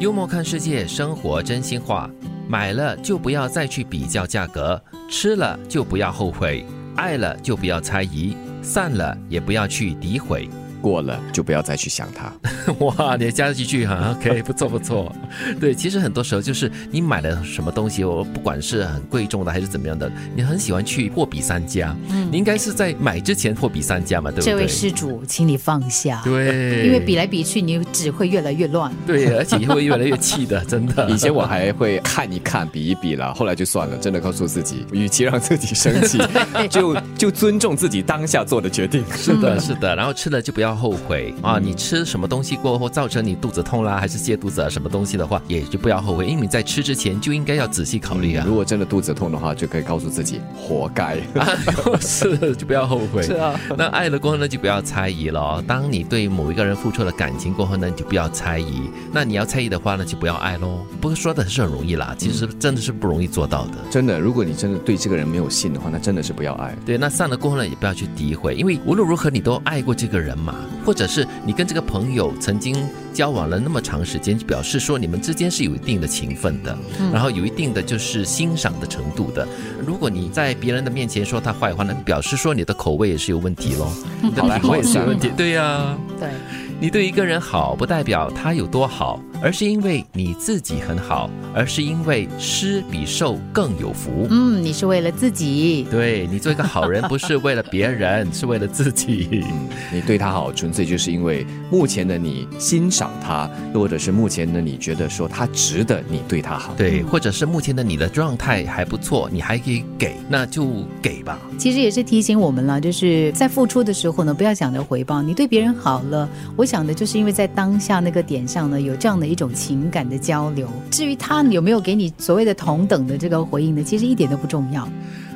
幽默看世界，生活真心话。买了就不要再去比较价格，吃了就不要后悔，爱了就不要猜疑，散了也不要去诋毁。 过了就不要再去想它。 哇，你还加了几句哈，OK，不错不错。对，其实很多时候就是你买了什么东西，我不管是很贵重的还是怎么样的，你很喜欢去货比三家。你应该是在买之前货比三家嘛，对不对？嗯这位施主，请你放下，对，因为比来比去，你只会越来越乱。对，而且会越来越气的，真的。 以前我还会看一看、比一比啦，后来就算了，真的告诉自己，与其让自己生 气，就就尊重自己当下做的决定。是的， 是的，然后吃了就不要后悔嗯啊！你吃什么东西过后造成你肚子痛啦，还是泻肚子啊什么东西的话，也就不要后悔，因为你在吃之前就应该要仔细考虑啊。如果真的肚子痛的话，就可以告诉自己活该。 哎是的，就不要后悔。是啊，那爱了过后呢，就不要猜疑了哦。当你对某一个人付出了感情过后呢，你就不要猜疑。那你要猜疑的话呢，就不要爱喽。不过说的是很容易啦，其实真的是不容易做到的。真的，如果你真的对这个人没有信的话，那真的是不要爱。对，那散了过后呢，也不要去诋毁，因为无论如何你都爱过这个人嘛，或者是你跟这个朋友曾经交往了那么长时间，就表示说你们之间是有一定的情分的，嗯然后有一定的就是欣赏的程度的。如果你在别人的面前说他坏话呢，表示说你的口味也是有问题喽，你的嗯好来品味也好是有散问题。对呀、对，你对一个人好，不代表他有多好，而是因为你自己很好，而是因为施比受更有福。嗯，你是为了自己，对你做一个好人，不是为了别人，是为了自己。嗯，你对他好，纯粹就是因为目前的你欣赏他，又或者是目前的你觉得说他值得你对他好。对，或者是目前的你的状态还不错，你还可以给，那就给吧。其实也是提醒我们了，就是在付出的时候呢，不要想着回报。你对别人好了，我想的就是因为在当下那个点上呢，有这样的一种情感的交流。至于他有没有给你所谓的同等的这个回应呢，其实一点都不重要。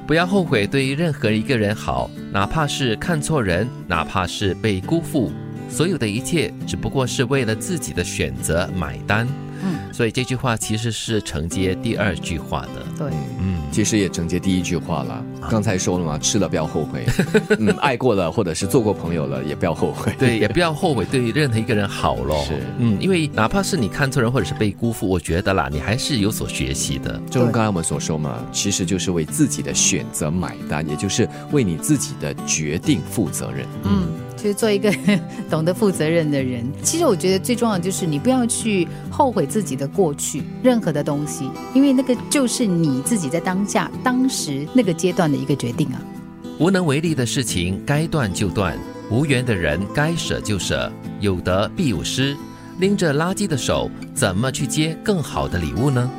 不要后悔对任何一个人好，哪怕是看错人，哪怕是被辜负，所有的一切只不过是为了自己的选择买单。嗯，所以这句话其实是承接第二句话的。对，嗯，其实也承接第一句话了，啊刚才说了嘛，吃了不要后 悔，嗯，爱过了或者是做过朋友了也不要后悔。对，也不要后悔对任何一个人好咯。是嗯，因为哪怕是你看错人或者是被辜负，我觉得啦，你还是有所学习的。正如刚才我们所说嘛，其实就是为自己的选择买单，也就是为你自己的决定负责任。嗯，就是做一个 懂得负责任的人。其实我觉得最重要的就是你不要去后悔自己的过去任何的东西，因为那个就是你自己在当下、当时那个阶段的一个决定啊。无能为力的事情该断就断，无缘的人该舍就舍，有得必有失。拎着垃圾的手，怎么去接更好的礼物呢？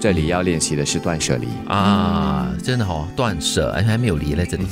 这里要练习的是断 舍离，啊，真的哦，断舍，哎，还没有离呢，这里。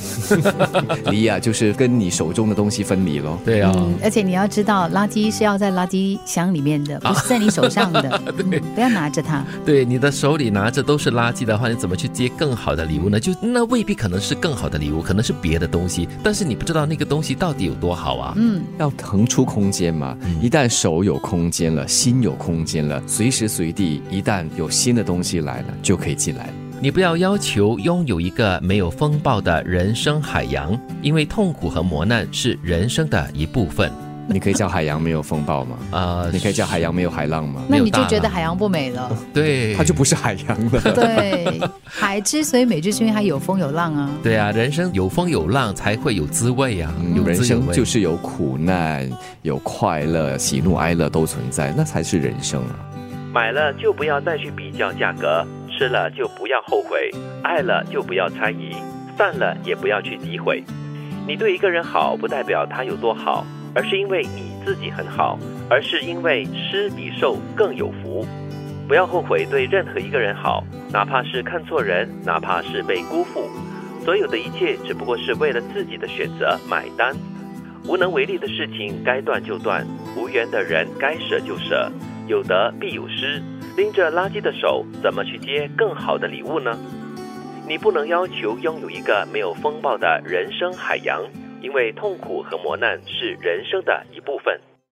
离啊就是跟你手中的东西分离咯。对啊，嗯，而且你要知道，垃圾是要在垃圾箱里面的，啊不是在你手上 的，嗯不要拿着它。对，你的手里拿着都是垃圾的话，你怎么去接更好的礼物呢？就那未必可能是更好的礼物，可能是别的东西，但是你不知道那个东西到底有多好啊。嗯，要腾出空间嘛，嗯一旦手有空间了，心有空间了，随时随地一旦有新的东西来了，就可以进来。你不要要求拥有一个没有风暴的人生海洋，因为痛苦和磨难是人生的一部分。你可以叫海洋没有风暴吗？呃，你可以叫海洋没有海浪吗？那没有你就大觉得脑海洋不美了。对，它就不是海洋 了。 对，海之所以美，就是因为它有风有浪啊。对啊，人生有风有浪才会有滋味啊，嗯有人滋有生味。就是有苦难、有快乐、喜怒哀乐都存在，那才是人生啊。买了就不要再去比较价格，吃了就不要后悔，爱了就不要猜疑，散了也不要去诋毁。你对一个人好，不代表他有多好，而是因为你自己很好，而是因为施比受更有福。不要后悔对任何一个人好，哪怕是看错人，哪怕是被辜负，所有的一切只不过是为了自己的选择买单。无能为力的事情该断就断，无缘的人该舍就舍。有得必有失，拎着垃圾的手怎么去接更好的礼物呢？你不能要求拥有一个没有风暴的人生海洋，因为痛苦和磨难是人生的一部分。